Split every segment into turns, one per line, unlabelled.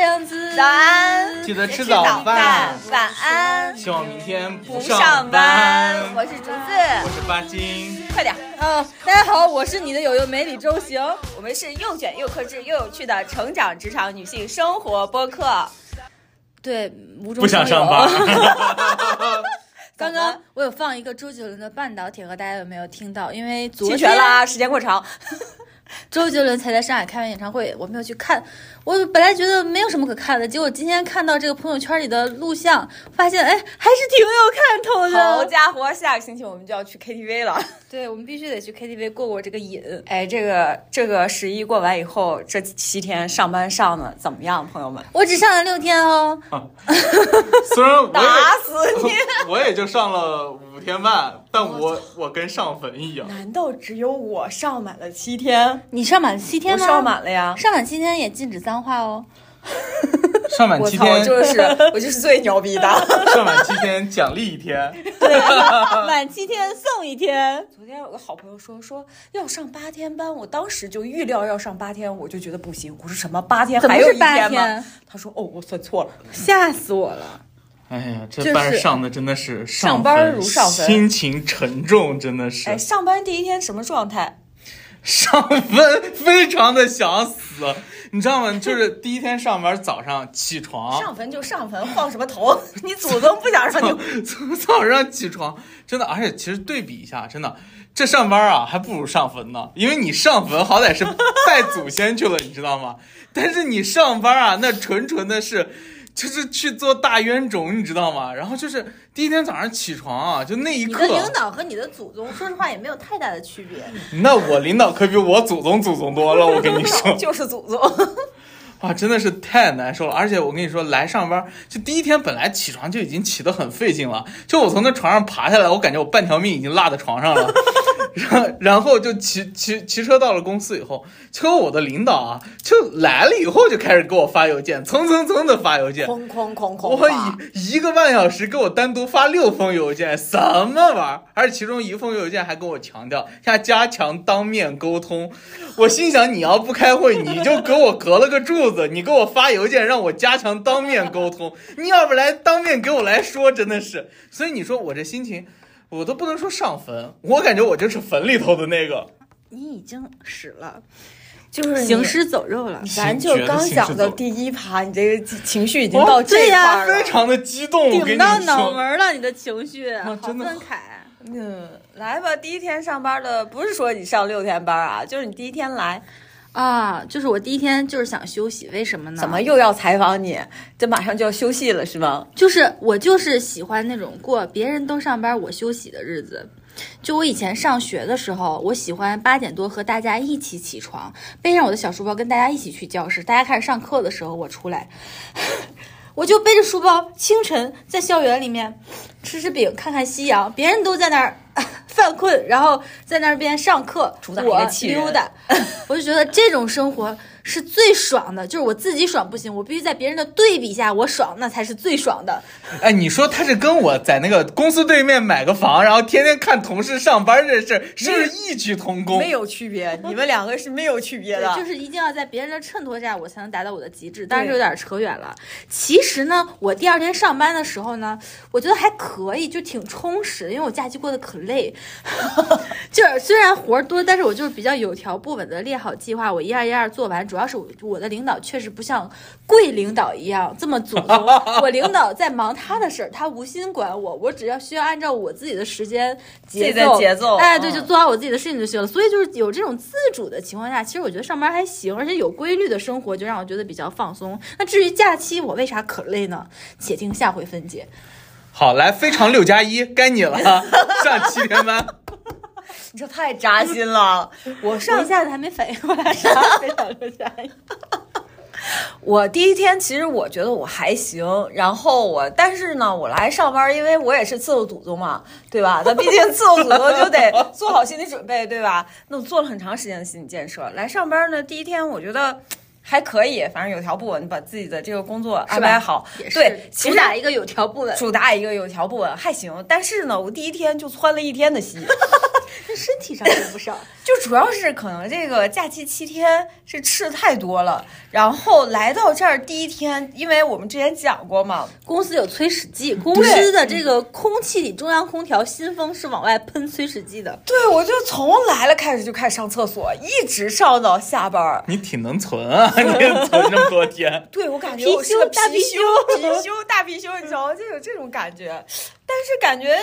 样子。
早安，
记得吃
早
早饭。
晚安，
希望明天不
不
上
上
班。
我是竹子，
我是巴金，
快点。
嗯，大家好，我是你的友友美里周行。
我们是又卷又克制又有趣的成长职场女性生活播客。
对，无中
不想
生有。
上班。
刚刚我有放一个周杰伦的《半岛铁盒》，大家有没有听到？因为昨
侵
天
权了啊，时间过长。
周杰伦才在上海开完演唱会，我没有去看。我本来觉得没有什么可看的，结果今天看到这个朋友圈里的录像，发现哎，还是挺有看头
好
的。
家伙，下个星期我们就要去 KTV 了。
对，我们必须得去 KTV 过过这个瘾。
哎，这个这个十一过完以后，这七天上班上的怎么样，朋友们？
我只上了六天哦，
虽然我
打
也
死你！
我也就上了五天半，但我我跟上坟一样。
难道只有我上满了七天？
你上满七天
我
吗？
上满了呀！
上满七天也禁止脏话哦。
上满
我
七
操，我
天，
就是我就是最牛逼的。
上满七天奖励一天。
满七天送一天。
昨天有个好朋友说说要上八天班，我当时就预料要上八天，我就觉得不行。我说什么八天
怎么
还有
是
一
八
吗
天？
他说哦，我算错了。
吓死我了！
哎呀，
就
这
是
班上的真的是
上
上
班
坟
如上坟
心情沉重，真的是
哎，上班第一天什么状态？
上坟非常的想死，你知道吗？就是第一天上班早上起床，
上坟就上坟，晃什么头？ 你祖宗不想让你
从早上起床，真的，而且其实对比一下，真的，这上班啊还不如上坟呢，因为你上坟好歹是拜祖先去了，你知道吗？但是你上班啊，那纯纯的是。就是去做大冤种，你知道吗？然后就是第一天早上起床啊，就那一
你的
刻，
领导和你的祖宗，说实话也没有太大的区别。
那我领导可比我祖宗祖宗多了， 我跟你说
就是祖 宗。
啊，真的是太难受了。而且我跟你说，来上班就第一天本来起床就已经起得很费劲了，就我从那床上爬下来，我感觉我半条命已经落在床上了。然然后就骑骑骑车到了公司以后，结果我的领导啊，就来了以后就开始给我发邮件，蹭蹭蹭的发邮件。
空空空空
我一一个半小时给我单独发六封邮件，什么玩意儿？而且其中一封邮件还跟我强调要加强当面沟通。我心想，你要不开会，你就给我隔了个柱子，你给我发邮件让我加强当面沟通。你要不来当面给我来说，真的是。所以你说我这心情，我都不能说上坟，我感觉我就是坟里头的那个。
你已经屎了，
就是
行尸走肉了。
咱就刚讲的第一趴，你这个情绪已经到这
对
一
呀
趴了。
哦非常的激动，我跟
顶
你
到脑
说，
门了，你的情绪，啊好
真的
愤慨。
嗯，来吧，第一天上班的不是说你上六天班啊，就是你第一天来，
啊，就是我第一天就是想休息，为什么呢？
怎么？又要采访你？这马上就要休息了是吗？
就是我就是喜欢那种过别人都上班我休息的日子。就我以前上学的时候，我喜欢八点多和大家一起起床，背上我的小书包，跟大家一起去教室。大家开始上课的时候，我出来， 我就背着书包，清晨在校园里面吃吃饼，看看夕阳。别人都在那儿 犯困，然后在那边上课，
主打一个
我
气人
溜达。我就觉得这种生活是最爽的，就是我自己爽不行，我必须在别人的对比下我爽，那才是最爽的。
哎，你说他是跟我在那个公司对面买个房，然后天天看同事上班这事儿，是不是异曲同工？
没有区别，你们两个是没有区别的。
对，就是一定要在别人的衬托下，我才能达到我的极致。当然
对
这有点扯远了。其实呢，我第二天上班的时候呢，我觉得还可以，就挺充实，因为我假期过得可累。 就是虽然活儿多，但是我就是比较有条不紊的列好计划，我一样一样做完。主要是我我的领导确实不像贵领导一样这么祖宗，我领导在忙他的事儿，他无心管我，我只要需要按照我自己的时间节
己的
奏，
节奏
哎，对，
嗯
就做好我自己的事情就行了。所以就是有这种自主的情况下，其实我觉得上班还行，而且有规律的生活就让我觉得比较放松。那至于假期，我为啥可累呢？且听下回分解。
好，来，非常六加一，该你了，啊上七天班。
你这太扎 心了。我
上
上
一下子还没反应过来啥，非常留下一。
我第一天其实我觉得我还行，然后我但是呢，我来上班，因为我也是伺候祖宗嘛，对吧？咱毕竟伺候祖宗就得做好心理准备，对吧？ 那我做了很长时间的心理建设。来上班呢，第一天我觉得。还可以，反正有条不紊，把自己的这个工作安排好。
也是
对，其
主
实
打一个有条不紊。
主打一个有条不紊还行，但是呢，我第一天就窜了一天的戏，
那身体上也不少。
就主要是可能这个假期七天是吃的太多了，然后来到这儿第一天，因为我们之前讲过嘛，
公司有催屎剂，公司的这个空气里中央空调新风是往外喷催屎剂的。
对我就从来了开始就开始上厕所，一直上到下班儿。
你挺能存啊，你存这么多天，
对我感觉
貔
我是个
貅大貔
貔貅， 貔貅大貔貅，你知道吗？就有这种感觉，但是感觉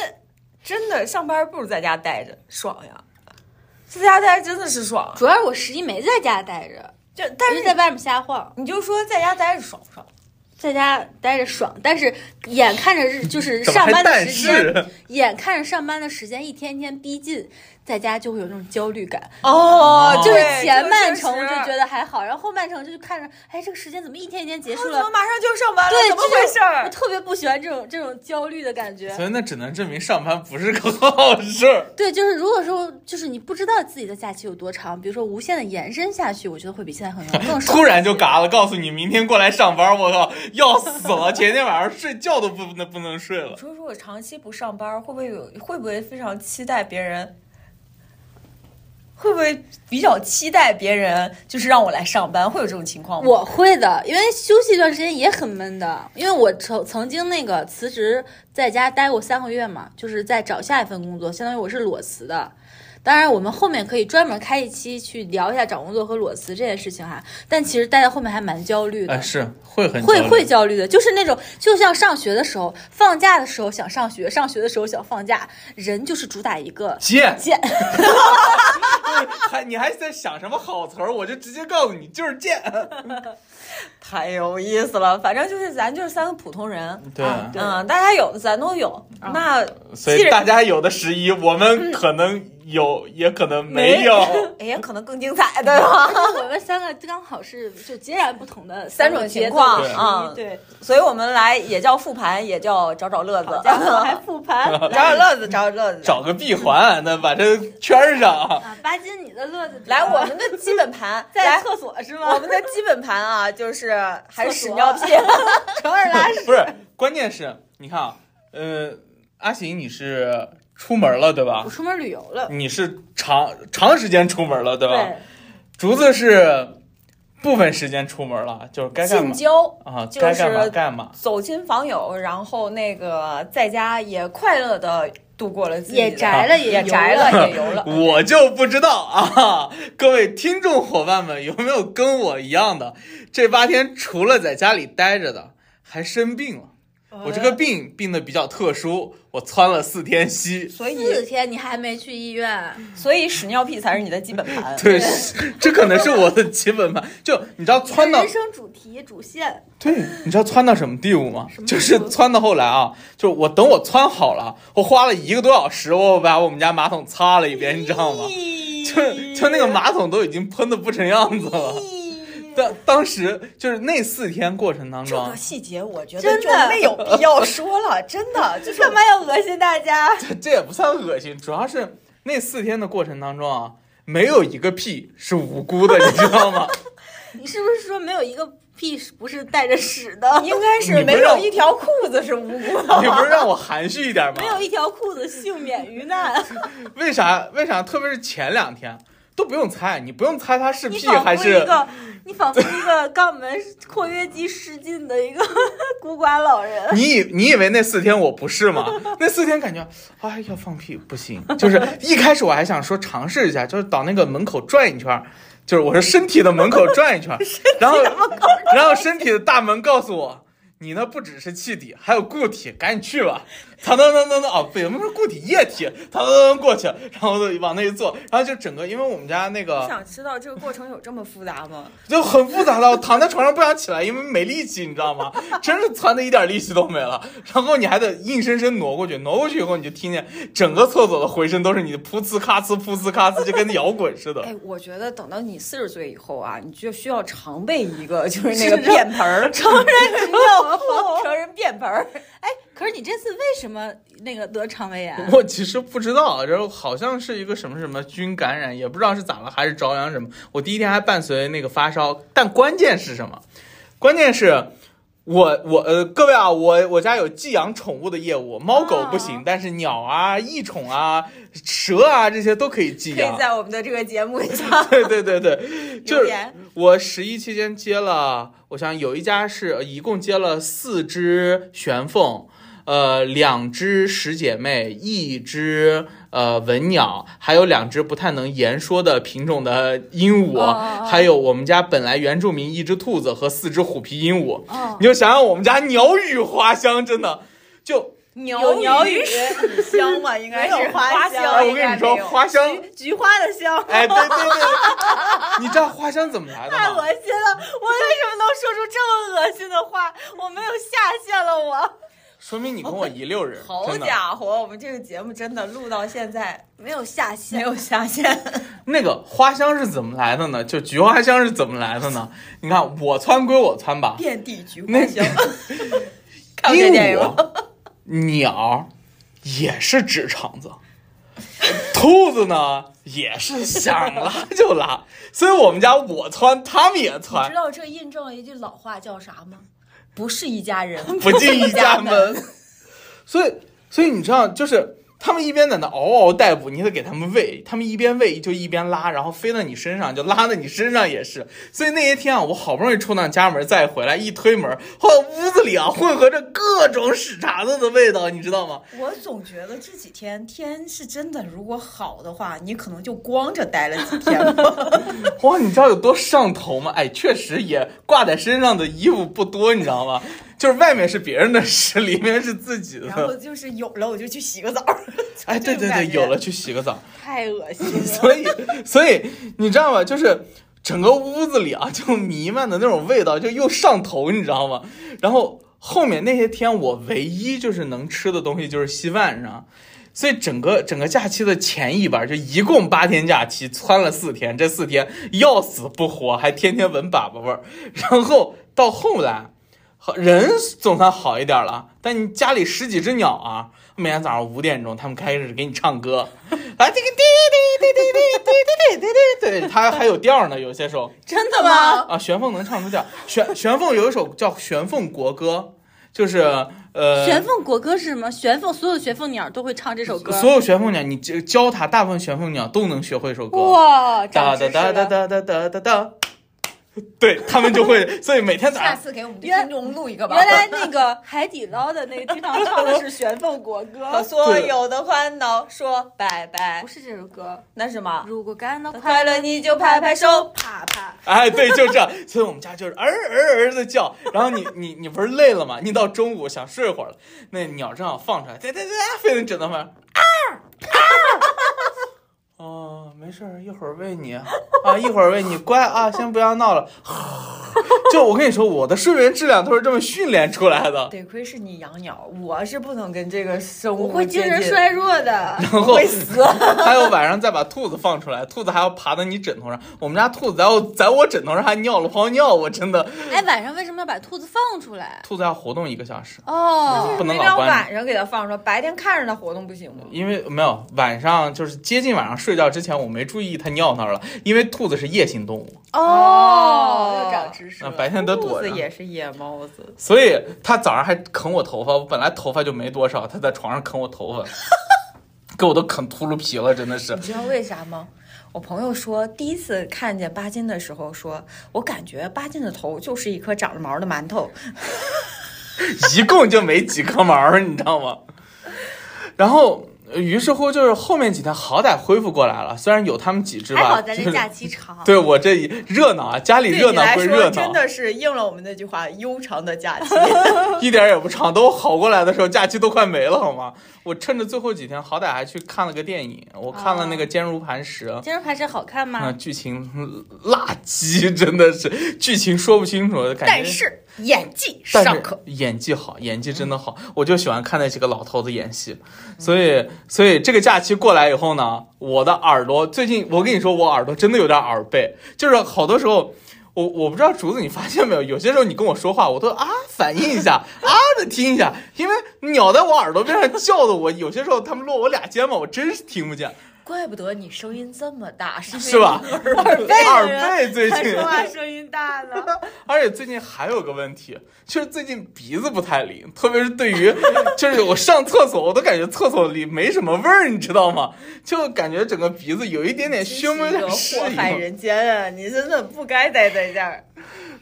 真的上班不如在家待着爽呀，在家待着真的是爽。
主要是我十一没在家待着，
就但
我
是
就在外面瞎晃。
你就说在家待着爽不爽？
在家待着爽，但是眼看着日就是
怎么
上
还
班的
但
时间，
是？
眼看着上班的时间一天天逼近，在家就会有那种焦虑感，
哦
就是
对
前半程
确
就
实
觉得还好，然后后半程就看着，哎，这个时间怎么一天一天结束
啊怎么
了？
马上就上班了？
对，
怎么
这
回
种
事
我
儿？
特别不喜欢这种这种焦虑的感觉。
所以那只能证明上班不是个好事儿。
对，就是如果说就是你不知道自己的假期有多长，比如说无限的延伸下去，我觉得会比现在很 更爽。
突然就嘎了，告诉你明天过来上班，我靠，要死了！前天晚上睡觉都不能不能睡了
你。说如果长期不上班，会不会有？会不会非常期待别人？会不会比较期待别人就是让我来上班？会有这种情况吗？
我会的，因为休息一段时间也很闷的。因为我曾曾经那个辞职，在家待过三个月嘛，就是在找下一份工作，相当于我是裸辞的。当然，我们后面可以专门开一期去聊一下找工作和裸辞这件事情哈。但其实待到后面还蛮焦虑的，
哎，是会很
会
焦虑
会焦虑的，就是那种就像上学的时候，放假的时候想上学，上学的时候想放假，人就是主打一个
贱，
贱。
还你还在想什么好词儿？我就直接告诉你，就是贱。
太有意思了，反正就是咱就是三个普通人，
对
啊对
嗯，大家有的咱都有，那
所
既
以
然
大家有的十一，我们可能有，也可能没 有。
哎呀，可能更精彩，对吧？
就是我们三个刚好是就截然不同 的
三种
阶
情况
段的
啊
十一对，
所以我们来也叫复盘，也叫找找乐子，
然后 还复 盘。啊
找找乐子，找找乐子，
找个闭环，那把这圈儿上。
啊，巴金，你的乐子
来我们的基本 盘，
在
来
厕所是吗？
我们的基本盘啊， 就是还是
厕
屎
所
尿屁，
成二 拉屎，
不是，关键是，你看啊，呃，阿行你是出门了对吧
我？出门旅游了，
你是长长时间出门了对吧？
对，
竹子是部分时间出门了，就是该干
近
嘛
郊。
啊，
就是
该干嘛干嘛。。
走亲访友，然后那个在家也快乐的度过了自己的
也宅了，
也
游
宅了，也游了
我就不知道啊，各位听众伙伴们有没有跟我一样的，这八天除了在家里待着的，还生病了。
哦
我这个病病的比较特殊，我窜了四天 稀。
所
四
以，
天你还没去医 院，
所以屎尿屁才是你的基本盘。
对，是这可能是我的基本吧。就你知道窜到
人生主题主线，
对，你知道窜到什么地步吗
什？么
就
地
是
步
窜到后来啊，就是我等我窜好了，我花了一个多小时，我把我们家马桶擦了一遍，你知道吗？就就那个马桶都已经喷的不成样子了。当当时就是那四天过程当
这
中啊
个，细节我觉得
真
就
的
没有必要说了，真的 就是
干嘛要恶心大家？
这这也不算恶心，主要是那四天的过程当中啊，没有一个屁是无辜的，你知 道吗？
你是不是说没有一个屁是不是带着屎的？
应该是
你不
没
让
有一条裤子是无辜的。
你不是让我含蓄一点吗
没？有一条裤子幸免于难，
为啥？为啥？特别是前两天都不用猜，你不用猜它是
你
屁
仿
还
佛
是
一个，你仿佛一个肛门括约肌失禁的一 个孤寡老人。
你以你以为那四天我不是吗？ 那四天感觉，哎，要放屁不行，就是一开始我还想说尝试一下，就是到那个门口转一圈儿，就是我说身体的门口转一圈儿，然后然后身体的大门告诉我。你那不只是气体，还有固体，赶紧去吧！腾腾腾腾腾，哦，不行，不是固体，液体，腾腾腾腾过去，然后往那一坐，然后就整个，因为我们家那个
想知道这个过程有这么复杂吗？
就很复杂的，我躺在床上不想起来，因为没力气，你知道吗？ 真是窜的一点力气都没了。然后你还得硬生生挪过去，挪过去以后你就听见整个厕所的回声都是你的噗呲咔呲噗呲咔呲，就跟摇滚似的。
哎，我觉得等到你四十岁以后啊，你就需要常备一个，就是那个便盆 儿，成人尿布， 成人便盆儿。
可是你这次为什么那个得肠胃 炎？啊
我其实不知道，啊然后好像是一个什么什么菌感染，也不知道是咋了，还是着凉什么。我第一天还伴随那个发烧，但关键是什么？关键是我我呃，各位啊，我我家有寄养宠物的业务，猫狗不
哦
行，
啊
但是鸟啊、异宠啊、蛇啊这些都可以寄
可以
养。
在我们的这个节 目上
对对 对对，就
留
是
言。
我十一期间接了，我想有一家是呃一共接了四只玄凤，呃，两只十姐妹，一只呃文鸟，还有两只不太能言说的品种的鹦鹉，
哦哦哦
还有我们家本来原住民一只兔子和四只虎皮鹦鹉。
哦
你，就想想我们家鸟语花香，真的就
牛
鸟
语
语
香吧，应该
没
是
有花
香。
香
哎，我
应
跟
该
你说
没有
花香，
菊菊花的香，
哎，对对对，你知道花香怎么来的
太恶
吗？
心了！我为什么能说出这么恶心的话？我没有下线了，我。
说明你跟我一溜人，
好
真的。
家伙，我们这个节目真的录到现在
没有下
没
线，
有下线。
那个花香是怎么来的呢？就菊花香是怎么来的呢？你看我窜归我窜吧，
遍地菊花
那
香。看过
鹦
这电影吗？
鹉、鸟也是直肠子，兔子呢也是想拉就拉，所以我们家我窜，他们也
你知
窜，
道这印证了一句老话叫啥吗？不是一家人，
不进一家
家。
门。 所以，所以你知道，就是他们一边在那嗷嗷待哺，你得给他们喂，他们一边喂就一边拉，然后飞到你身上，就拉到你身上也是。所以那一天啊，我好不容易冲趟家门再回来，一推门，后屋子里啊混合着各种屎碴子的味道，你知道吗？
我总觉得这几天天是真的，如果好的话，你可能就光着待了几天 吧。
哇，你知道有多上头吗？哎，确实也挂在身上的衣服不多，你知道吗？就是外面是别人的屎，里面是自己
然后
的。
就是有了，我就去洗个澡。
哎，对对对，有了去洗个澡。
太恶心 了。
所以，所以你知道吗？就是整个屋子里啊，就弥漫的那种味道，就又上头，你知道吗？然后后面那些天，我唯一就是能吃的东西就是稀饭，你知道吗。所以整个整个假期的前一半，就一共八天假期，窜了四天，这四天要死不活，还天天闻粑粑味儿。然后到后来，好人总算好一点了，但你家里十几只鸟啊，每天早上五点钟，他们开始给你唱歌，啊，这个滴滴滴滴滴滴滴滴滴滴，对，它还有调呢，有些时候
真的吗？
啊，玄凤能唱出调，玄玄凤有一首叫《玄凤国歌》，就是呃，
玄凤国歌是什么？玄凤所有玄凤鸟都会唱这首歌。
所有玄凤鸟，你教教它，大部分玄凤鸟都能学会一首歌。
哇，长
哒哒
知识
哒哒
了！
哒哒哒哒哒，对他们就会，所以每天早
下
上
次给我们的
原
听众录一个吧。
原 来那个海底捞的那个经常唱的是玄凤国
和
歌，
所有的烦恼说拜拜
不，是这首歌。
那什么？
如果感到
快
快乐，
乐你就拍拍手，
啪啪。
哎，对，就这样。所以我们家就是儿儿儿的叫，然后你你你不是累了吗？你到中午想睡会儿了，那鸟正好放出来，哒哒哒，飞到你枕头旁边，啊啊！哦，没事儿，一会儿喂你啊，一会儿喂你，乖啊，先不要闹了。就我跟你说，我的睡眠质量都是这么训练出来的。
得亏是你养鸟，我是不能跟这个生 物
我会精神
接近，
衰弱的。
然后
会死。
还有晚上再把兔子放出来，兔子还要爬到你枕头上。我们家兔子在我在我枕头上还尿了泡尿，我真的，
哎，晚上为什么要把兔子放出来？
兔子要活动一个小时。
哦，
不能
没
老
到
关
晚上给它放出来，白天看着它活动不行吗？
因为没有晚上，就是接近晚上睡觉之前，我没注意它尿那儿了，因为兔子是夜行动物，
哦
又长知识
那
了。
白天都
兔
躲
子
着，
也是野猫子，
所以它早上还啃我头发，我本来头发就没多少，它在床上啃我头发， 给我都啃秃噜皮了，真 的是
你。知道为啥吗？我朋友说，第一次看见巴金的时候说，我感觉巴金的头就是一颗长着毛的馒头。
哎一共就没几颗毛儿，你知道吗？然后，呃于是乎就是后面几天好歹恢复过来了，虽然有他们几只吧，
还好咱这
就是
假期长。
对我这一热闹啊，家里
对
热
你
闹
来
归
说，
热
真
闹，
的是应了我们那句话：悠长的假期。
一点儿也不长。等我好过来的时候，假期都快没了，好吗？我趁着最后几天，好歹还去看了个电影，我看了那
啊
个《坚如磐石》
今儿拍摄好看
啊，
吗？
剧情嗯垃圾，真的是剧情说不清楚，感觉。
但是演技
但
尚
是
可。
演技好，演技真的好，
嗯
我就喜欢看那几个老头子演戏。所以，所以这个假期过来以后呢，我的耳朵最近，我跟你说，我耳朵真的有点耳背，就是好多时候。我我不知道竹子，你发现没有？有些时候你跟我说话，我都啊反应一下， 啊的听一下，因为鸟在我耳朵边上叫的我，有些时候它们落我俩肩膀，我真是听不见。
怪不得你声音这么大，是因为
是吧？
耳背
耳
的人
背最
才
近
说，话声音大呢。
而且最近还有个问题，就是最近鼻子不太灵，特别是对于，就是我上厕所，我都感觉厕所里没什么味儿，你知道吗？就感觉整个鼻子有一点点胸
真是一个
闷适
祸害
应。
人间啊！你真的不该待在这儿。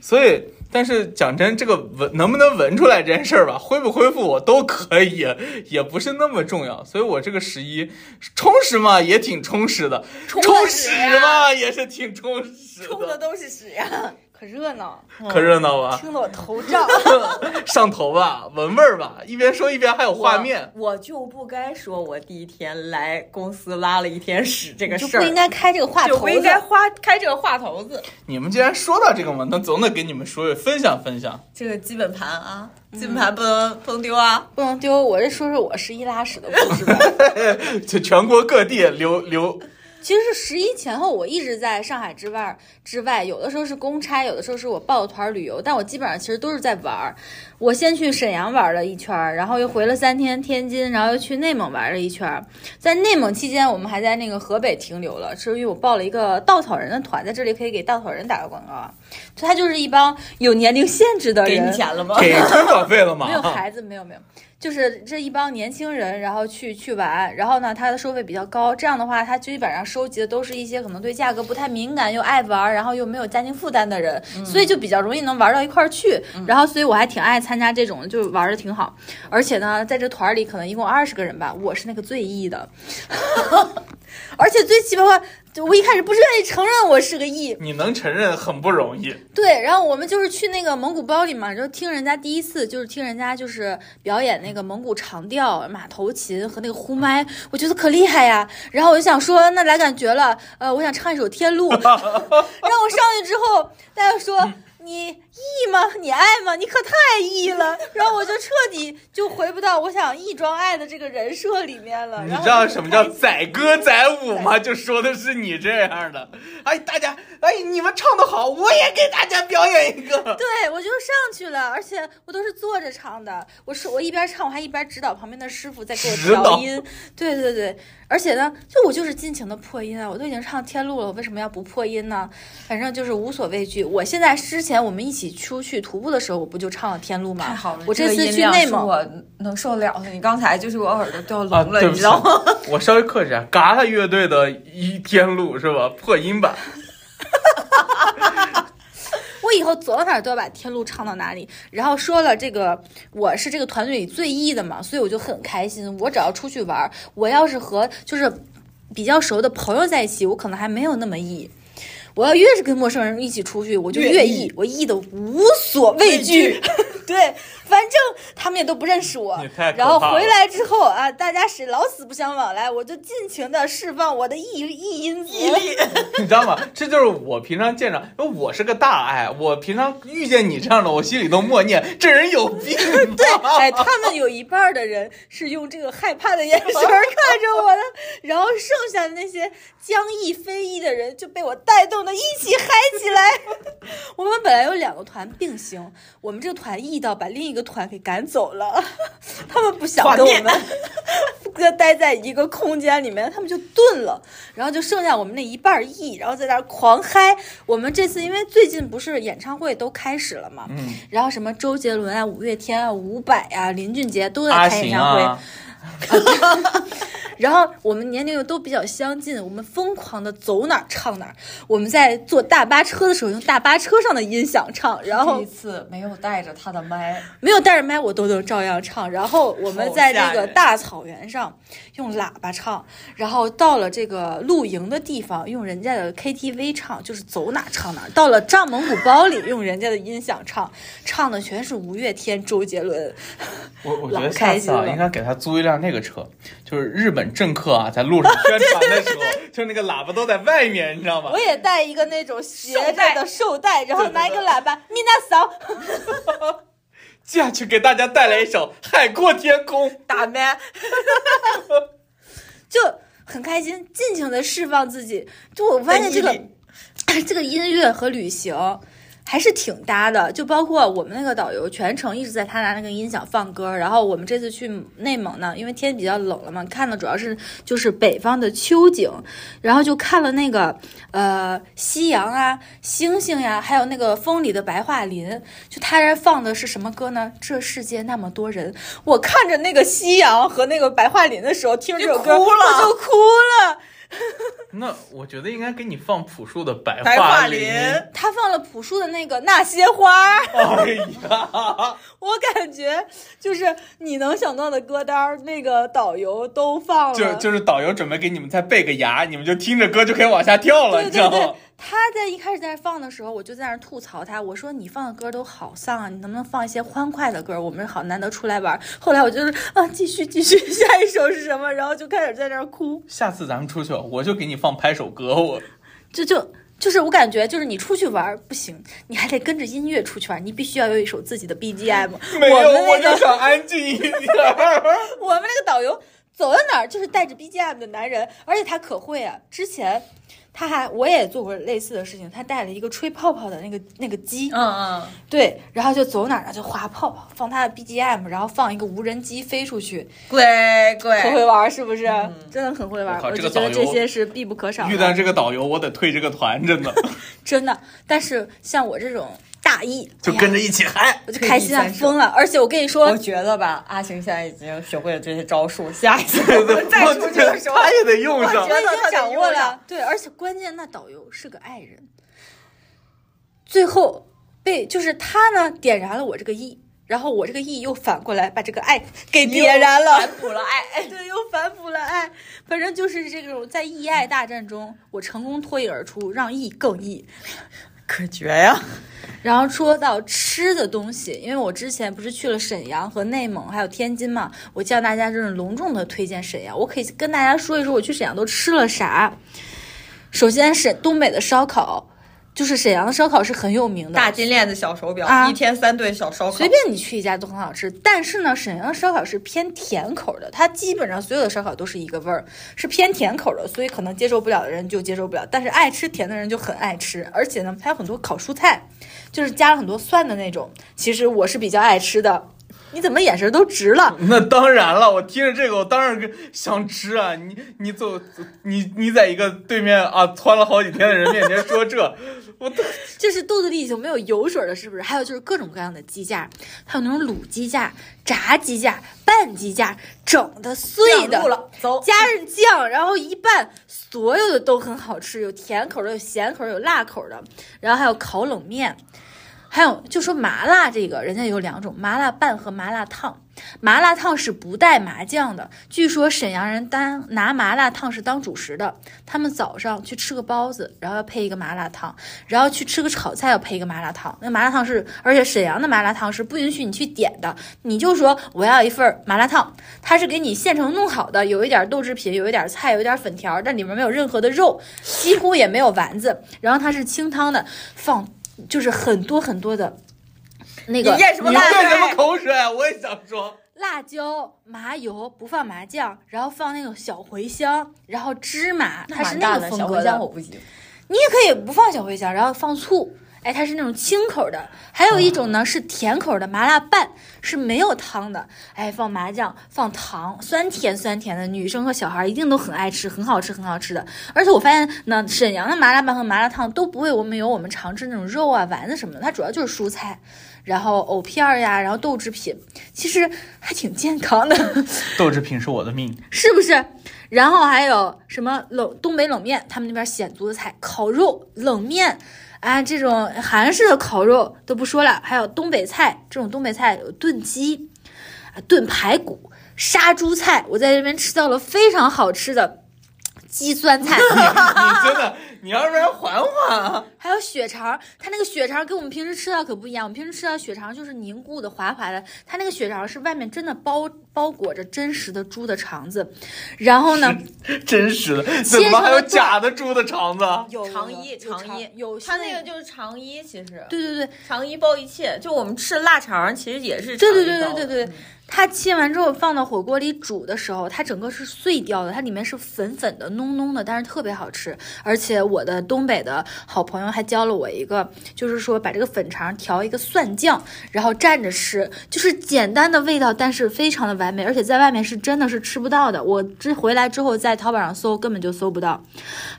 所以，但是讲真，这个闻能不能闻出来这件事儿吧，恢不恢复我都可以，也不是那么重要。所以我这个十一充实嘛，也挺充实的，
充
充
实
实
呀
嘛也是挺充实
冲的
的，
都是屎呀！
可热闹，
可热闹吧。
听得我 头胀。
上头吧，闻味儿吧，一边说一边还有画面。
我，我就不该说我第一天来公司拉了一天屎这个
就
事儿，
不应该开这个话
就
头
不
子。
应该花开这个话头子，
你们既然说到这个嘛，那总得给你们说分享分享。
这个基本盘啊，基本盘不能不能丢啊。
不能丢。我这说说我十一拉屎的故事吧。
就全国各地留 留，
其实十一前后，我一直在上海之外之外，有的时候是公差，有的时候是我报团旅游，但我基本上其实都是在玩儿。我先去沈阳玩了一圈儿，然后又回了三天天津，然后又去内蒙玩了一圈儿。在内蒙期间，我们还在那个河北停留了，是因为我报了一个稻草人的团，在这里可以给稻草人打个广告啊。就他就是一帮有年龄限制的
给
人，
你钱了吗？
给通稿费了吗？
没有孩子，没有没有，就是这一帮年轻人，然后去去玩，然后呢，他的收费比较高，这样的话，他基本上收集的都是一些可能对价格不太敏感，又爱玩，然后又没有家庭负担的人，
嗯
所以就比较容易能玩到一块儿去。然后，所以我还挺爱参加这种的，就玩的挺好。而且呢，在这团儿里可能一共二十个人吧，我是那个最 E 的， 而且最奇葩的。就我一开始不是愿意承认我是个 E，
你能承认很不容易。
对，然后我们就是去那个蒙古包里嘛，就听人家第一次就是听人家就是表演那个蒙古长调、马头琴和那个呼麦，我觉得可厉害呀。然后我就想说，那来感觉了，呃，我想唱一首《天路》。 然后我上去之后，大家说。
嗯
你意吗？你爱吗？你可太意了，然后我就彻底就回不到我想意装爱的这个人设里面了。
你
然后
知道
我就
什么
开
叫
始
载歌载舞吗？就说的是你这样的。哎，大家，哎，你们唱的好，我也给大家表演一个。
对，我就上去了，而且我都是坐着唱的。我是我一边唱，我还一边指导旁边的师傅在给我
指导
调音。对对对，而且呢，就我就是尽情的破音啊！我都已经唱天路了，我为什么要不破音呢？反正就是无所畏惧。我现在之前我们一起出去徒步的时候，我不就唱了天路
啊
吗？
太好了，
我
这
这
个
次
音
去
量
内
是
蒙，
我能受得了的。你刚才就是我耳朵都要
啊，
聋了，
对不
你
起
知道吗？？
我稍微克制一下，嘎啦乐队的《一天路》是吧？破音 版。
我以后走到哪儿都要把天路唱到哪里。然后说了这个，我是这个团队里最 E 的嘛，所以我就很开心。我只要出去玩儿，我要是和就是比较熟的朋友在一起，我可能还没有那么 E。我要越是跟陌生人一起出去，我就
越
越
E
E，我 E 的无所畏惧。 对，反正他们也都不认识我
你太。可
然后
怕了
回来之后啊，大家是老死不相往来，我就尽情的释放我的 E E 因子。
你知道吗？这就是我平常见着，因为我是个大爱，我平常遇见你这样的，我心里都默念这人有病。对，
哎，他们有一半儿的人是用这个害怕的眼神儿看着我的，然后剩下的那些将意非意的人就被我带动的一起嗨起来。 我们本来有两个团并行，我们这个团 E 到把另一个团给赶走了，他们不想跟我们搁待在一个空间里面，他们就顿了，然后就剩下我们那一半 E，然后在那儿狂嗨。我们这次因为最近不是演唱会都开始了嘛，
嗯，
然后什么周杰伦啊、五月天啊、伍佰啊、林俊杰都在
阿
开演
行
唱会，
啊，
然后我们年龄又都比较相近，我们疯狂的走哪儿唱哪儿。我们在坐大巴车的时候用大巴车上的音响唱，然
这
后
一次没有带着他的 麦，
没有带着麦我都能照样唱。然后我们在那
好吓
个
人
大草原上用喇叭唱，然后到了这个露营的地方用人家的 KTV 唱，就是走哪儿唱哪儿。到了帐蒙古包里用人家的音响唱，唱的全是五月天、周杰伦。
我我觉得
老
下
开
次
心
啊，
了
应该给他租一辆那个车，就是日本政客啊，在路上宣传 的时候，就是那个喇叭都在外面，你知道吗
我？也带一个那种斜
手
着
带
的绶带，然后
对对
拿一个
对
喇叭，你那扫。
下去给大家带来一首《海阔天空》。
打麦，
就很开心， 尽情的释放自己。就我发现这个这个音乐和旅行，还是挺搭的，就包括我们那个导游全程一直在他拿那个音响放歌，然后我们这次去内蒙呢，因为天比较冷了嘛，看的主要是就是北方的秋景，然后就看了那个呃夕阳啊、星星呀、还有那个风里的白桦林，就他这放的是什么歌呢？这世界那么多人，我看着那个夕阳和那个白桦林的时候，听着这首歌
就哭了
我就哭了。
那我觉得应该给你放朴树的《白
白
桦
桦
林
林》。
他放了朴树的那个《那些花》。
哎呀，
我感觉就是你能想到的歌单儿，那个导游都放了。
就就是导游准备给你们再备个牙，你们就听着歌就可以往下跳了，
对
你知
对
道
对
吗？，
他在一开始在那儿放的时候，我就在那儿吐槽他，我说你放的歌都好丧啊，你能不能放一些欢快的歌？我们好难得出来玩儿。后来我就是啊，继续继续， 下一首是什么？然后就开始在那儿哭，
下次咱们出去，我就给你放拍手歌，我
这就。就是我感觉，就是你出去玩儿不行，你还得跟着音乐出去玩儿，你必须要有一首自己的 BGM。
没有，
我们
我
那
就
个
想安静一点 儿。
我们那个导游走到哪儿就是带着 BGM 的男人，而且他可会啊！之前他还我也做过类似的事情，他带了一个吹泡泡的那个那个机，
嗯嗯，
对，然后就走哪儿呢就划泡泡，放他的 BGM，然后放一个无人机飞出去，
对对，
很会玩儿是不是？真的很会玩
嗯我
儿，
靠
我
这个
就觉得
导游
这些是必不可少
遇到
的，
这个导游，我得退这个 团，真
哎
的
真的。但是像我这种大意，
就
哎呀
跟着一起嗨。
我就开心啊
退役，三手
疯了！而且我跟你说，
我觉得吧，阿星现在已经学会了这些招数，下一次我
对
们再出去的时候
他，也得用上
我觉。得
已经
他
掌
得
握了
用上。
对，而且关键那导游是个爱人，最后被就是他呢点燃了我这个意，然后我这个意又反过来把这个爱给点燃了
反。哺了爱。
对，又反哺了爱，反正就是这种在义爱大战中，我成功脱颖而出，让义更义。
可绝呀、
然后说到吃的东西，因为我之前不是去了沈阳和内蒙，还有天津嘛，我叫大家就是隆重的推荐沈阳。我可以跟大家说一说我去沈阳都吃了啥。首先是东北的烧烤，就是沈阳的烧烤是很有名的，
大金链子小手表，
啊
一天三顿小烧烤，
随便你去一家都很好吃。但是呢，沈阳的烧烤是偏甜口的，它基本上所有的烧烤都是一个味儿，是偏甜口的，所以可能接受不了的人就接受不了，但是爱吃甜的人就很爱吃。而且呢，它有很多烤蔬菜，就是加了很多蒜的那种。其实我是比较爱吃的。你怎么眼神都直了？
那当然了，我听着这个，我当然跟想吃啊！你你走，你你在一个对面啊窜了好几天的人面前说 这，我
就是肚子里已经没有油水了，是不是？还有就是各种各样的鸡架，还有那种卤鸡架、炸鸡架、拌鸡架，整的碎的
上路，了，走。
加上酱，然后一拌，所有的都很好吃，有甜口的，有咸口的，有辣口的，然后还有烤冷面，还有就说麻辣这个，人家有两种，麻辣拌和麻辣烫。麻辣烫是不带麻酱的，据说沈阳人当拿麻辣烫是当主食的，他们早上去吃个包子，然后要配一个麻辣烫，然后去吃个炒菜要配一个麻辣烫。那麻辣烫是，而且沈阳的麻辣烫是不允许你去点的，你就说我要一份儿麻辣烫，它是给你现成弄好的，有一点豆制品，有一点菜，有一点粉条，但里面没有任何的肉，几乎也没有丸子，然后它是清汤的，放就是很多很多的。那个
你咽什么
你
辣
咽什
水
么？口水啊？我也想说，
辣椒、麻油不放麻酱，然后放那种小茴香，然后芝麻，它是那个风格的。
不行。
你也可以不放小茴香，然后放醋。哎，它是那种清口的，还有一种呢是甜口的麻辣拌，是没有汤的。哎，放麻酱，放糖，酸甜酸甜的，女生和小孩一定都很爱吃，很好吃，很好吃的。而且我发现呢，沈阳的麻辣拌和麻辣烫都不会我们有我们常吃那种肉啊、丸子什么的，它主要就是蔬菜，然后藕片儿呀，然后豆制品，其实还挺健康的。
豆制品是我 的命。
是不是？然后还有什么冷东北冷面，他们那边显族的菜，烤肉、冷面，啊，这种韩式的烤肉都不说了，还有东北菜，这种东北菜有炖鸡，啊，炖排骨、杀猪菜，我在这边吃到了非常好吃的鸡酸菜，
你真的，你要不然缓缓啊！
还有血肠，它那个血肠跟我们平时吃到可不一样。我们平时吃到血肠就是凝固的、滑滑的，它那个血肠是外面真的包包裹着真实的猪的肠子，然后呢，
真实的，怎么还有假的猪的肠子？啊
有
长衣，
长
长衣，
有
它那
些
个就是长衣，其实
对对对
长衣包一切。就我们吃腊肠，其实也是
对对
肠衣
对
包
对对对，它切完之后放到火锅里煮的时候，它整个是碎掉的，它里面是粉粉的、浓浓的，但是特别好吃。而且我的东北的好朋友还教了我一个，就是说把这个粉肠调一个蒜酱，然后蘸着吃，就是简单的味道，但是非常的完美，而且在外面是真的是吃不到的。我这回来之后在淘宝上搜，根本就搜不到。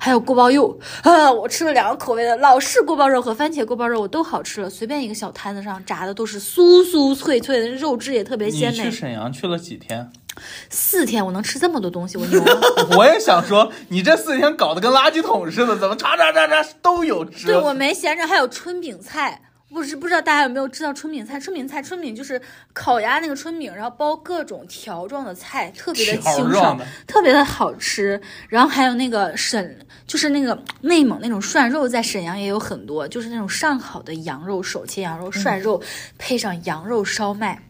还有锅包肉啊，我吃了两个口味的，老式锅包肉和番茄锅包肉我都好吃了，随便一个小摊子上炸的都是酥酥脆脆的，肉质也特别
你
鲜
去
美。
沈阳去了几天？
四天我能吃这么多东西，我牛了。
我也想说，你这四天搞得跟垃圾桶似的，怎么叉叉叉叉都有吃？
对我没闲着，还有春饼菜。不知不知道大家有没有知道春饼菜？春饼菜，春饼就是烤鸭那个春饼，然后包各种条状的菜，特别的
条
清
状
爽
的，
特别的好吃。然后还有那个沈，就是那个内蒙那种涮肉，在沈阳也有很多，就是那种上好的羊肉，手切羊肉涮肉，配上羊肉烧麦。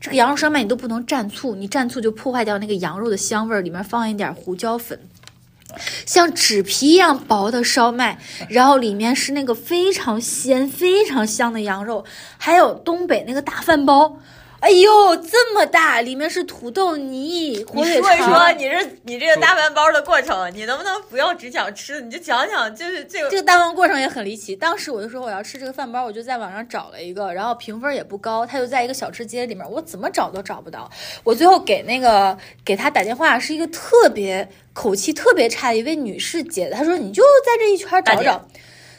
这个羊肉烧麦你都不能蘸醋，你蘸醋就破坏掉那个羊肉的香味儿，里面放一点胡椒粉。像纸皮一样薄的烧麦，然后里面是那个非常鲜、非常香的羊肉，还有东北那个大饭包，哎呦，这么大，里面是土豆泥、火
你
腿
说一
肠。
说你这你这个大饭包的过程，你能不能不要只讲吃，你就讲讲就是这
这
个
个大饭过程也很离奇。当时我就说我要吃这个饭包，我就在网上找了一个，然后评分也不高，它就在一个小吃街里面，我怎么找都找不到。我最后给那个给他打电话，是一个特别口气特别差的一位女士姐，她说你就在这一圈
大
找
姐
找。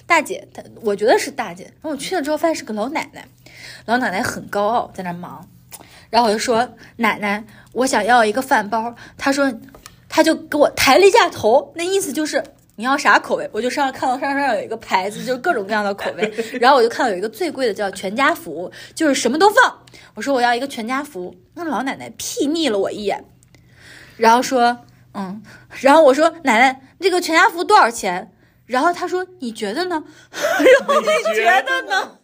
大姐，她我觉得是大姐。然后我去了之后，发现是个老奶奶，老奶奶很高傲，在那忙。然后我就说：“奶奶，我想要一个饭包。”她说，她就给我抬了一下头，那意思就是你要啥口味？我就上看到上上有一个牌子，就是各种各样的口味。然后我就看到有一个最贵的叫全家福，就是什么都放。我说我要一个全家福，那老奶奶睥睨了我一眼，然后说：“嗯。”然后我说：“奶奶，这个全家福多少钱？”然后她说：“你觉得呢？”
你
觉得呢？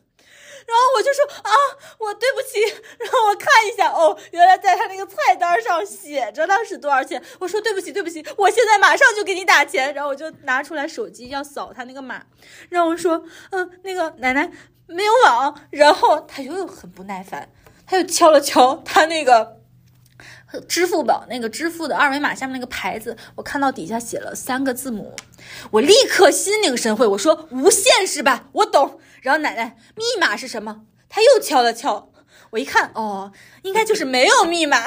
然后我就说啊，我对不起，让我看一下哦，原来在他那个菜单上写着呢是多少钱。我说对不起，对不起，我现在马上就给你打钱。然后我就拿出来手机要扫他那个码，然后我说嗯，那个奶奶没有网。然后他又很不耐烦，他又敲了敲他那个。支付宝那个支付的二维码下面那个牌子，我看到底下写了三个字母，我立刻心领神会，我说无限是吧？我懂。然后奶奶密码是什么？她又敲了敲，我一看，哦，应该就是没有密码。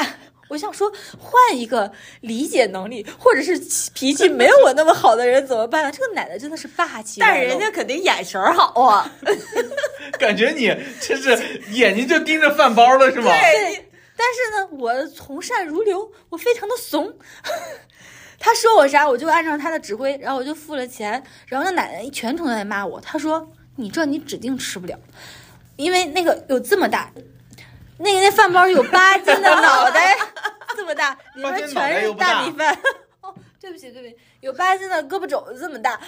我想说，换一个理解能力或者是脾气没有我那么好的人怎么办呢？啊这个奶奶真的是霸气啊外露，
但是人家肯定眼神儿好啊，
感觉你真是眼睛就盯着饭包了是吗？
对， 你
但是呢，我从善如流，我非常的怂。 他说我啥，我就按照他的指挥，然后我就付了钱。然后那奶奶一全程在骂我，她说：“你这你指定吃不了，因为那个有这么大，那个那饭包有八斤的脑袋 这么大，里
八
面
斤脑袋
全
又
是
不大
大米饭。” 哦，对不起，对不起，有八斤的胳膊肘子这么大，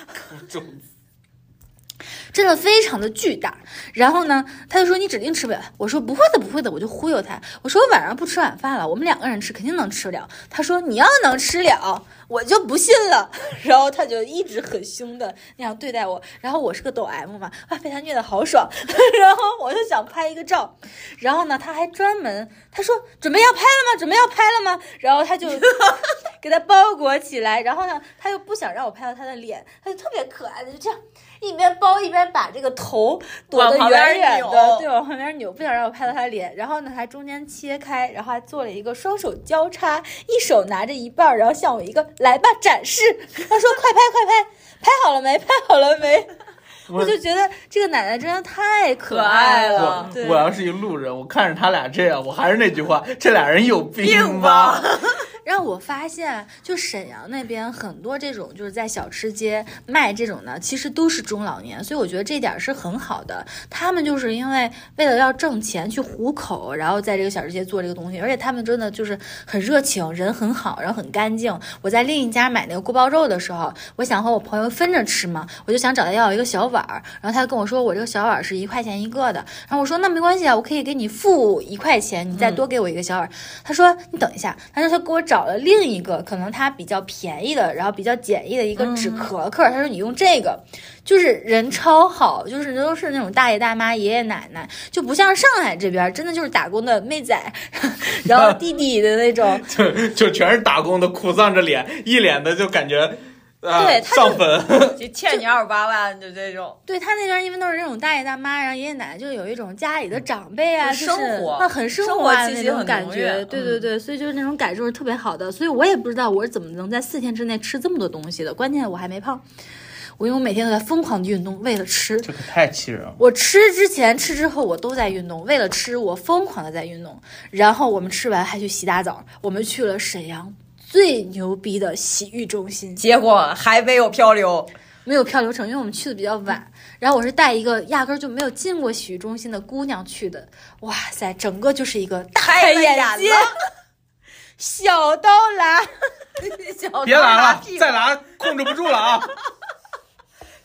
真的非常的巨大。然后呢，他就说你指定吃不了。我说不会的，不会的，我就忽悠他。我说我晚上不吃晚饭了，我们两个人吃肯定能吃了。他说你要能吃了，我就不信了。然后他就一直很凶的那样对待我。然后我是个抖 M 嘛，啊，被他虐的好爽。 然后我就想拍一个照。然后呢，他还专门他说准备要拍了吗？准备要拍了吗？然后 他就给他包裹起来。然后呢，他又不想让我拍到他的脸，他就特别可爱的就这样。一边包一边把这个头躲
往
得
旁边
远远
扭
的，对，往旁边扭，不想让我拍到他脸。然后呢，还中间切开，然后还做了一个双手交叉，一手拿着一半儿，然后向我一个来吧展 示。他说：“快拍，快拍，拍好了没？拍好了没？”
我
我就觉得这个奶奶真的太可爱
可爱
了
了
我，
对
我要是一路人，我看着他俩这样，我还是那句话，这俩人有
病
吧
吧？
让我发现，就沈阳那边很多这种就是在小吃街卖这种的，其实都是中老年，所以我觉得这点儿是很好的。他们就是因为为了要挣钱去糊口，然后在这个小吃街做这个东西，而且他们真的就是很热情，人很好，然后很干净。我在另一家买那个锅包肉的时候，我想和我朋友分着吃嘛，我就想找他要一个小碗儿，然后他就跟我说我这个小碗儿是一块钱一个的，然后我说那没关系啊，我可以给你付一块钱，你再多给我一个小碗儿。他说你等一下，他说他给我找了另一个可能他比较便宜的，然后比较简易的一个纸壳壳，他说你用这个，就是人超好，就是都是那种大爷大妈、爷爷奶奶，就不像上海这边儿真的就是打工的妹仔，然后弟弟的那种，
就就全是打工的，苦丧着脸，一脸的就感觉。啊、
对他就
上坟，
就欠你二十八万就这种，
对他那边，因为都是这种大爷大妈，然后爷爷奶奶，就有一种家里的长辈啊，
就
就是
嗯生活
那很生
生活
活啊
气
那
息
种
很
感
浓嗯郁
觉，对对对，所以就是那种感受是特别好的。所以我也不知道我是怎么能在四天之内吃这么多东西的，关键我还没胖，我因为我每天都在疯狂的运动，为了吃。
这可太气人了。
我吃之前、吃之后，我都在运动。为了吃，我疯狂的在运动。然后我们吃完还去洗大澡，我们去了沈阳最牛逼的洗浴中心。
结果还没有漂流，
没有漂流成，因为我们去的比较晚。然后我是带一个压根儿就没有进过洗浴中心的姑娘去的，哇塞，整个就是一个大
开
开
了
眼
眼
界
了，
小刀拉，
别拿了，再拿控制不住了啊！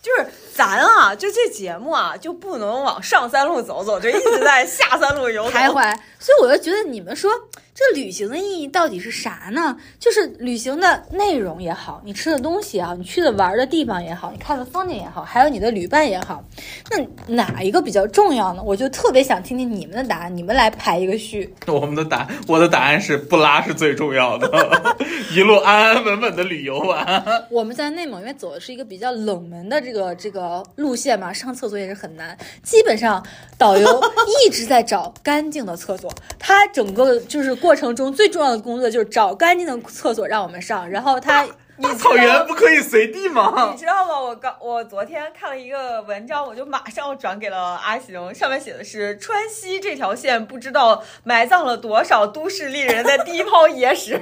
就是咱啊，就这节目啊，就不能往上三路走走，就一直在下三路游走。
徘徊。所以我就觉得你们说这旅行的意义到底是啥呢？就是旅行的内容也好，你吃的东西也好，你去的玩的地方也好，你看的风景也好，还有你的旅伴也好，那哪一个比较重要呢？我就特别想听听你们的答案，你们来排一个序。
我们的答，我的答案是不拉是最重要的， 一路安安稳稳的旅游完。
我们在内蒙，因为走的是一个比较冷门的这个这 个路线嘛，上厕所也是很难。基本上导游一直在找干净的厕所，他整个就是过程中最重要的工作就是找干净的厕所让我们上。然后 他
大草原不可以随地吗
你？知道吗？我刚我昨天看了一个文章，我就马上转给了阿行，上面写的是川西这条线不知道埋葬了多少都市丽人的第一泡 野史。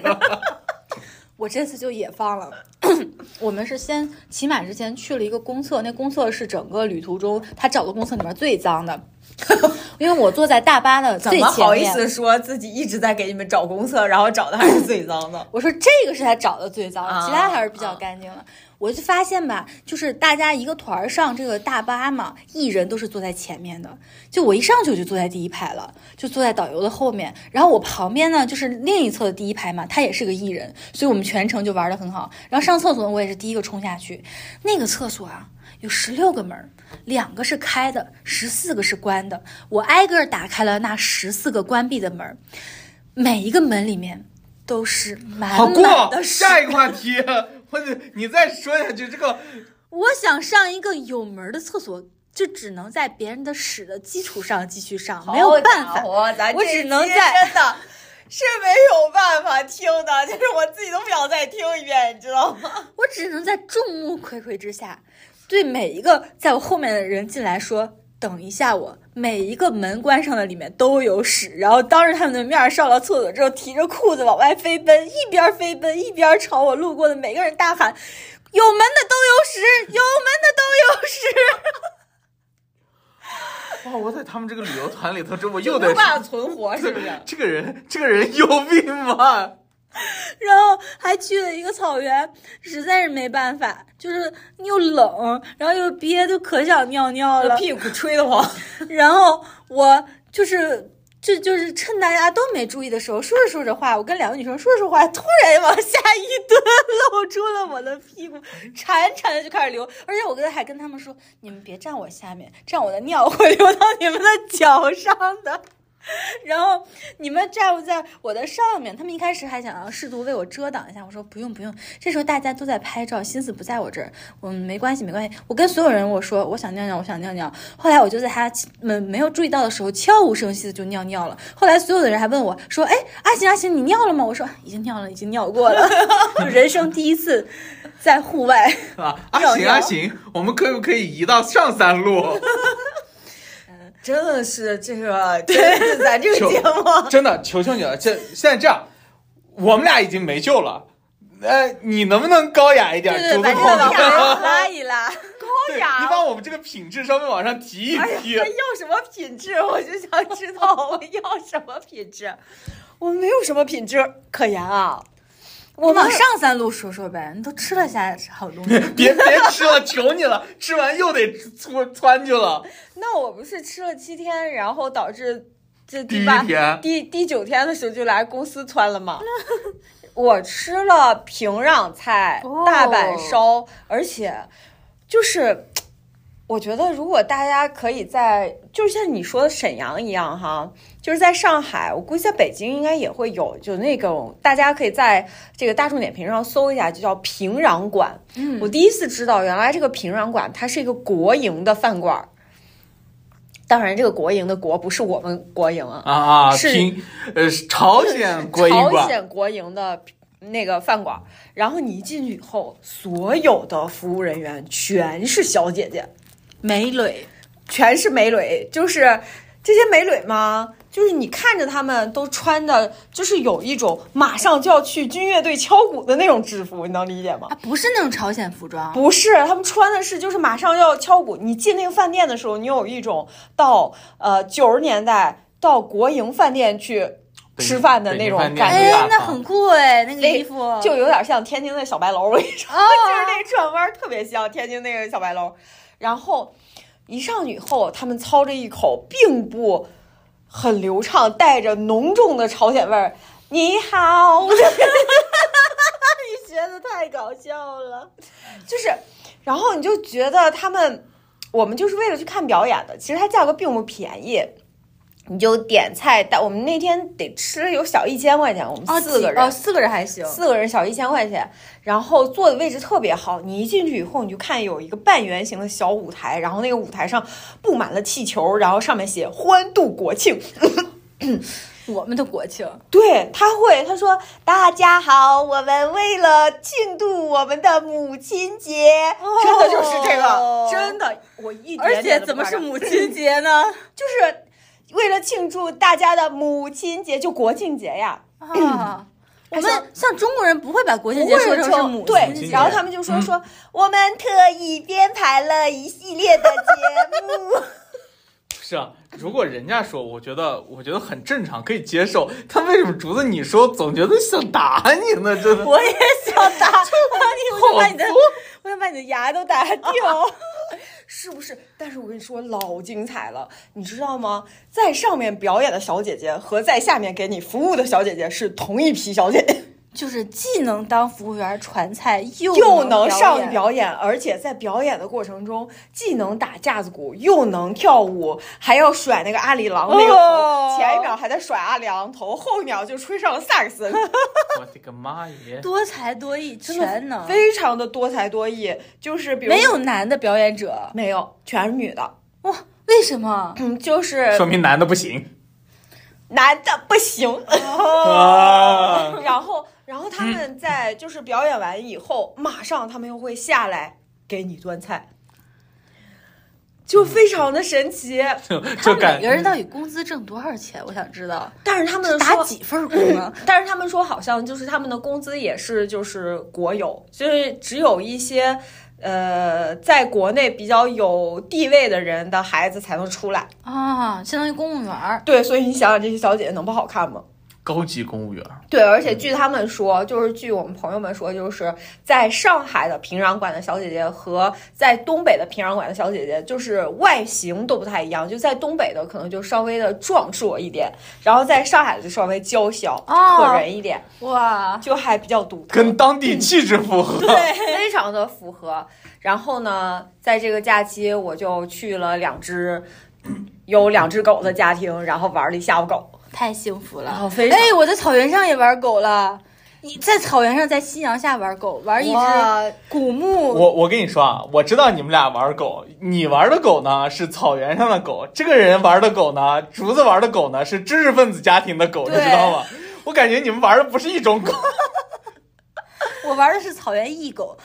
我这次就野放了。 我们是先骑马之前去了一个公厕，那公厕是整个旅途中他找的公厕里面最脏的， 因为我坐在大巴的最
怎
前
么
面。
好意思说自己一直在给你们找公厕，然后找的还是最脏的？
我说这个是他找的最脏的，
啊
其他还是比较干净的。我就发现吧，就是大家一个团儿上这个大巴嘛，一人都是坐在前面的。就我一上去我就坐在第一排了，就坐在导游的后面。然后我旁边呢就是另一侧的第一排嘛，他也是个艺人，所以我们全程就玩的很好。然后上厕所呢我也是第一个冲下去，那个厕所啊有十六个门儿，两个是开的，十四个是关的。我挨个儿打开了那十四个关闭的门儿，每一个门里面都是满
好啊
满
过，
的屎。
下一个话题。或者你再说下去，这个
我想上一个有门儿的厕所，就只能在别人的屎的基础上继续上， 没有办
好
法。
家伙咱
我
这
只能
期
在
真的。是没有办法听的，就是我自己都不想再听一遍，你知道吗？
我只能在众目睽睽之下，对每一个在我后面的人进来说：“等一下我。”每一个门关上的里面都有屎，然后当着他们的面儿上了厕所之后，提着裤子往外飞奔，一边飞奔一边朝我路过的每个人大喊：“有门的都有屎，有门的都有屎。”
哇！我在他们这个旅游团里头，这我
就
又
没有
得
办法存活，是不是？
这个人，这个人有病吧？
然后还去了一个草原，实在是没办法，就是又冷，然后又憋，就可想尿尿了。
屁股吹得慌，
然后我就是。这就是趁大家都没注意的时候，说着说着话，我跟两个女生说着说着话，突然往下一蹲，露出了我的屁股，潺潺的就开始流。而且我跟还跟他们说，你们别站我下面，站我的尿会流到你们的脚上的。 然后你们站不在我的上面，他们一开始还想要试图为我遮挡一下，我说不用不用。这时候大家都在拍照，心思不在我这儿，我没关系没关系。我跟所有人我说我想尿尿，我想尿尿。后来我就在他们没有注意到的时候，悄无声息的就尿尿了。后来所有的人还问我说，哎，阿行阿行，你尿了吗？我说已经尿了，已经尿过 了， 就人生第一次在户外。
啊，阿
尿
行
尿
阿行，我们可不可以移到上三 路？
真 的是这个，真是咱这个节目，啊
真的，求求你了，这现在这样，我们俩已经没救了。呃，你能不能高雅一点？
对对
主
把
动
这
控
个
制
往上
拉一拉，高
对你把我们这个品质稍微往上提一
哎呀，
提。
他要什么品质？我就想知道我要什么品质。我没有什么品质可言啊。
我
我们
往上三路说说呗，你都吃了啥好东 西？
别别吃了，求你了！吃完又得窜窜去了。
那我不是吃了七天，然后导致这
第
第
一
八
天
第第九天的时候就来公司窜了嘛。 我吃了平壤菜、
哦
大阪烧，而且就是。我觉得，如果大家可以在，就像你说的沈阳一样哈，就是在上海，我估计在北京应该也会有，就那种大家可以在这个大众点评上搜一下，就叫平壤馆。
嗯
我第一次知道，原来这个平壤馆它是一个国营的饭馆儿。当然，这个国营的国不是我们国营啊，
啊啊！
是
平呃，朝 鲜国营
朝
馆，
鲜国营的那个饭馆儿。然后你一进去以后，所有的服务人员全是小姐姐，
美蕾，
全是美女，就是这些美女嘛，就是你看着她们都穿的，就是有一种马上就要去军乐队敲鼓的那种制服，你能理解吗？
啊，不是那种朝鲜服装，
不是，他们穿的是就是马上要敲鼓。你进那个饭店的时候，你有一种到呃九十年代到国营饭店去吃饭的那种
北京
感
饭店
觉
哎
大，
那
方
很酷哎，那个
那
衣服
就有点像天津的小白楼。我跟你说，
哦
就是那转弯儿特别像天津那个小白楼。然后一上去以后，他们操着一口并不很流畅，带着浓重的朝鲜味儿。你好， 你学的太搞笑了，就是，然后你就觉得他们，我们就是为了去看表演的，其实它价格并不便宜。你就点菜，但我们那天得吃有小一千块钱，我们
哦
四
几
个人，
哦四个人还行，
四个人小一千块钱，然后坐的位置特别好。你一进去以后，你就看有一个半圆形的小舞台，然后那个舞台上布满了气球，然后上面写“欢度国庆”。
我们的国庆
对，他会，他说：“大家好，我们为了庆祝我们的母亲节，真的就是这
哦
个，真的，我一点
而且
点都不
怎么
夸
是
张
母 亲节呢？
就是为了庆祝大家的母亲节，就国庆节呀。”
啊，我
还行
们像中国人不会把国庆节
不
说
会
成
说
是母亲
对，
节，
然后他们就说、
嗯
说我们特意编排了一系列的节目，
是啊，如果人家说，我觉得我觉得很正常，可以接受。他为什么竹子你说总觉得想打你呢？真的，
我也想 打，
好
我想把你的
多，
我想把你的牙都打 掉。
是不是？但是我跟你说老精彩了，你知道吗？在上面表演的小姐姐和在下面给你服务的小姐姐是同一批小姐姐，
就是既能当服务员传菜，又
又
能
能上
演。
表演，而且在表演的过程中既能打架子鼓，又能跳舞，还要甩那个阿里郎那个头，
哦
前一秒还在甩阿里郎头，后一秒就吹上了萨克斯。
我的个妈耶！
多才多艺， 全能，
非常的多才多艺，就是比如
没有男的表演者
没有，全是女的，
哇？为什么？
嗯，就是
说明男的不行
男的不行。
啊！
哦
然后，然后他们在就是表演完以后，马上他们又会下来给你端菜，就非常的神奇。
就
他
就
们
感
每个人到底工资挣多少钱？我想知道，
但是他们
打
说，
几份工 啊？
但是他们说好像就是他们的工资也是就是国有，就是只有一些。呃，在国内比较有地位的人的孩子才能出来，
啊，相当于公务员儿。
对，所以你想想这些小姐姐能不好看吗？
高级公务员，
对，而且据他们说，就是据我们朋友们说，就是在上海的平壤馆的小姐姐和在东北的平壤馆的小姐姐，就是外形都不太一样。就在东北的可能就稍微的壮硕一点，然后在上海的就稍微娇小、
哦
可人一点，
哇，
就还比较独特，
跟当地气质符合。
对，非常的符合。然后呢，在这个假期我就去了两只有两只狗的家庭，然后玩了一下午狗，
太幸福了！
非常
哎，我在草原上也玩狗了。你在草原上，在夕阳下玩狗，玩一只
哇
古墓，
我我跟你说啊，我知道你们俩玩狗，你玩的狗呢是草原上的狗，这个人玩的狗呢，竹子玩的狗呢是知识分子家庭的狗，你
对
知道吗？我感觉你们玩的不是一种狗，
我玩的是草原 Eagle，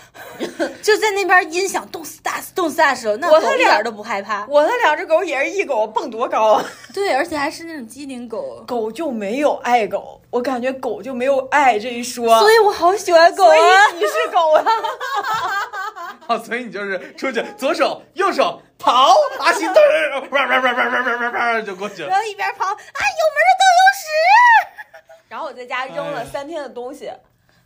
就在那边音响动次打次动次打次，那
我的
狗一
脸
点都不害怕。
我的两只狗也是一狗，蹦多高啊！
对，而且还是那种机灵狗，
狗就没有爱狗，我感觉狗就没有爱这一说。
所以我好喜欢狗
所以
啊。
你是狗啊！
啊，所以你就是出去左手右手跑，阿信嘚儿，哇哇哇哇哇哇哇哇就过去了
然。后一边跑，啊，有门的
然后我在家扔了
哎
三天的东西，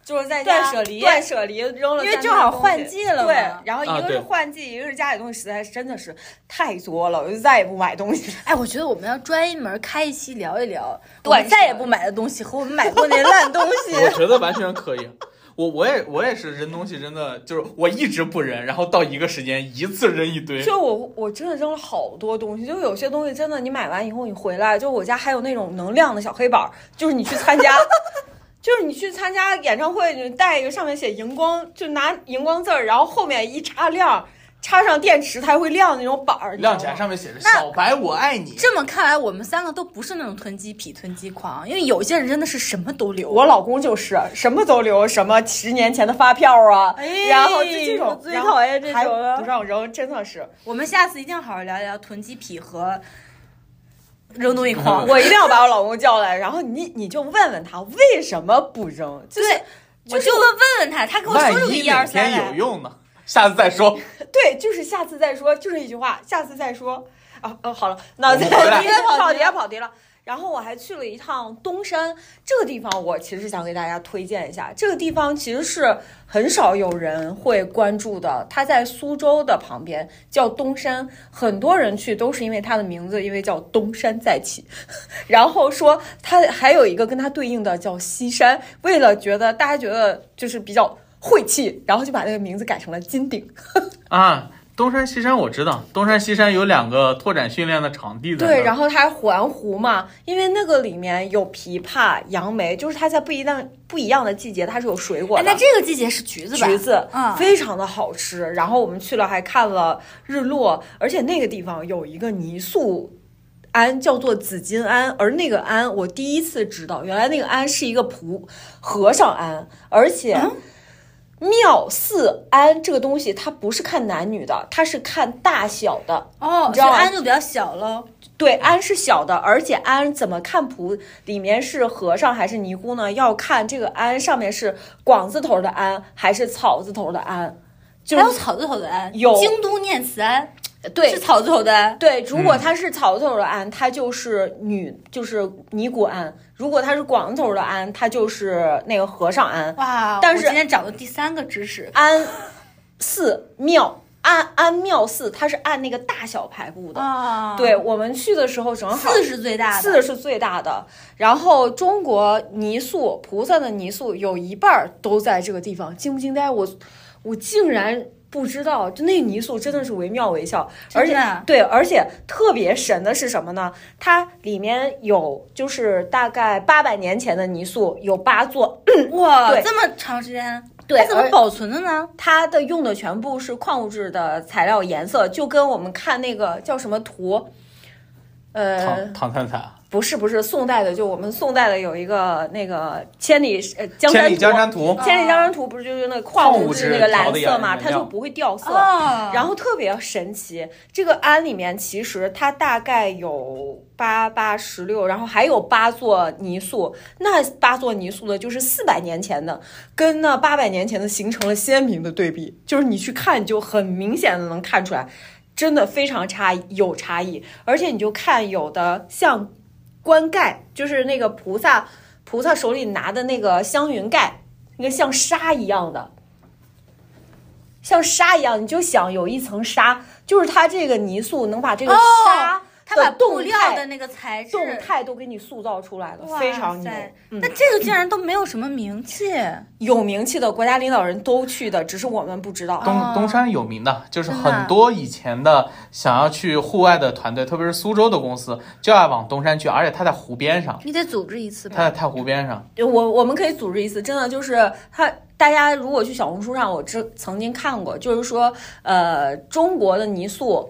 就是在
断
家
舍离
断舍离扔了三天的东西，
因为正好换季了嘛
对，然后
啊
一个
对
是换季，一个是家里东西实在是真的是太多了，我就再也不买东西。
都有屎！哎，我觉得我们要专一门开一期聊一聊，我
断舍
们再也不买的东西和我们买过那烂东西。
我觉得完全可以。我我也我也是扔东西，真的就是我一直不扔，然后到一个时间一次扔一堆。
就我我真的扔了好多东西，就有些东西真的你买完以后你回来，就我家还有那种能量的小黑板儿，就是你去参加。 就是你去参加演唱会，你带一个上面写荧光，就拿荧光字儿，然后后面一插亮儿，插上电池它还会亮那种板儿，你知道
亮起来
吗
上面写着“
那
小白我爱你
这么看来，我们三个都不是那种囤积癖、囤积狂，因为有些人真的是什么都留。
我老公就是什么都留，什么十年前的发票啊，
哎
然后就这
我
种，
最
然后
讨厌这
还
种了啊
不让扔，真的是，
我们下次一定好好聊一聊囤积癖和扔东西狂。
我一定要把我老公叫来，然后你你就问问他为什么不扔，就是
对，我就会问问他，他”，给我
万
说出个
一
一
哪
二三哎
天
来
有。用呢？下次再说。
对，就是下次再说，就是一句话，下次再说。啊哦，好了，那
我们回来
因为跑题了，跑题了。然后我还去了一趟东山这个地方，我其实想给大家推荐一下。这个地方其实是很少有人会关注的，它在苏州的旁边，叫东山。很多人去都是因为它的名字，因为叫东山再起。 然后说它还有一个跟它对应的叫西山，为了觉得大家觉得就是比较晦气，然后就把那个名字改成了金鼎。
啊，东山西山我知道，东山西山有两个拓展训练的场地在那儿。
对，然后它环湖嘛，因为那个里面有枇杷、杨梅，就是它在不一样不一样的季节，它是有水果
哎，那
的。
这个季节是橘子吧？
啊橘子
嗯
非常的好吃，然后我们去了还看了日落，而且那个地方有一个泥塑庵叫做紫金庵，而那个庵我第一次知道，原来那个庵是一个仆和尚庵，而且、
嗯
庙寺庵这个东西它不是看男女的，它是看大小的，
哦，
你知
所以
道吗
安就比较小喽。
对，庵是小的，而且庵怎么看谱里面是和尚还是尼姑呢？要看这个庵上面是广字头的庵还是草字头的庵，就
还有
是
草字头的安，
有
京都念慈庵，
对
是草字头的安。
对，如果它是草字头的庵，它就是女，就是尼姑庵；如果它是广字头的庵，它就是那个和尚庵。
哇，
但
我
是
今天长了第三个知识。
庵寺庙，庵庵庙寺，它是按那个大小排布的。
啊，
对，我们去的时候正好
四是最大的，
四是最大的。然后中国泥塑菩萨的泥塑有一半儿都在这个地方，惊不惊呆？我我竟然不知道，就那泥塑真的是惟妙惟肖，而且
真的
对，而且特别神的是什么呢？它里面有就是大概八百年前的泥塑，有八 座，
哇，
对
这么长时间，
对
它怎么
而
保存的呢？
它的用的全部是矿物质的材料颜色，就跟我们看那个叫什么图。呃，
唐唐灿灿，
不是不是，宋代的就我们宋代的有一个那个千里呃江
千
山
里
图，
江山图
啊
千里江山图不是就是那个矿
矿物
物
质
质那个
调
蓝
的
色
颜
嘛，
颜
它就
料
不会掉色。
哦，
然后特别神奇，这个庵里面其实它大概有八八十六，然后还有八座泥塑。那八座泥塑呢，就是四百年前的，跟那八百年前的形成了鲜明的对比。就是你去看，就很明显的能看出来，真的非常差异，有差异。而且你就看有的像棺盖，就是那个菩萨菩萨手里拿的那个香云盖，那个像纱一样的。像纱一样，你就想有一层纱，就是它这个泥塑能把这个
哦
纱
它把布
动
料
态
的那个材质
动态都给你塑造出来了，
哇
非常牛。
塞
嗯
那这个竟然都没有什么名气，
有名气的国家领导人都去的，只是我们不知道。
哦
东东山有名的，就是
真的
很多以前的想要去户外的团队，特别是苏州的公司，就爱往东山去，而且它在湖边上，
你得组织一次
它
吧？
在太湖边上，
我我们可以组织一次，真的就是他。大家如果去小红书上，我之曾经看过，就是说，呃，中国的泥塑，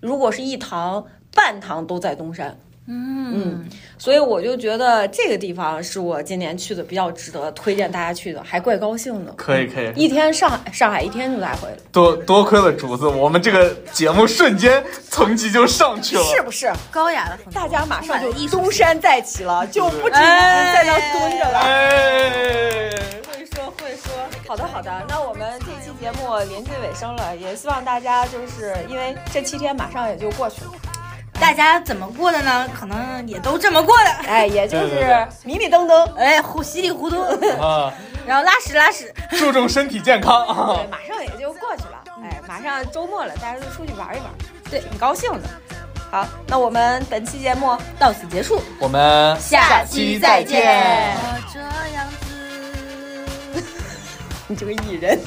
如果是一堂半堂都在东山，嗯，所以我就觉得这个地方是我今年去的比较值得推荐大家去的，还怪高兴的。嗯
可以可以，
一天上海，上海一天就来回了，
多多亏了竹子，我们这个节目瞬间层级就上去了。
是不是？
高雅的很多，
大家马上
充
就
满了艺术
东山再起了，就不止
哎
在那儿蹲着了。
哎，
会说会说，好的好的，那我们这期节目临近尾声了，也希望大家就是因为这七天马上也就过去了，
大家怎么过的呢？可能也都这么过的，
哎，也就
对对
是
对
迷迷瞪瞪，
哎，糊稀里糊涂，
啊，
然后拉屎拉屎。
注重身体健康啊
对，！马上也就过去了，哎，马上周末了，大家就出去玩一玩，对，挺高兴的。好，那我们本期节目到此结束，
我们
下
期再见
我这样子。
你这个艺人。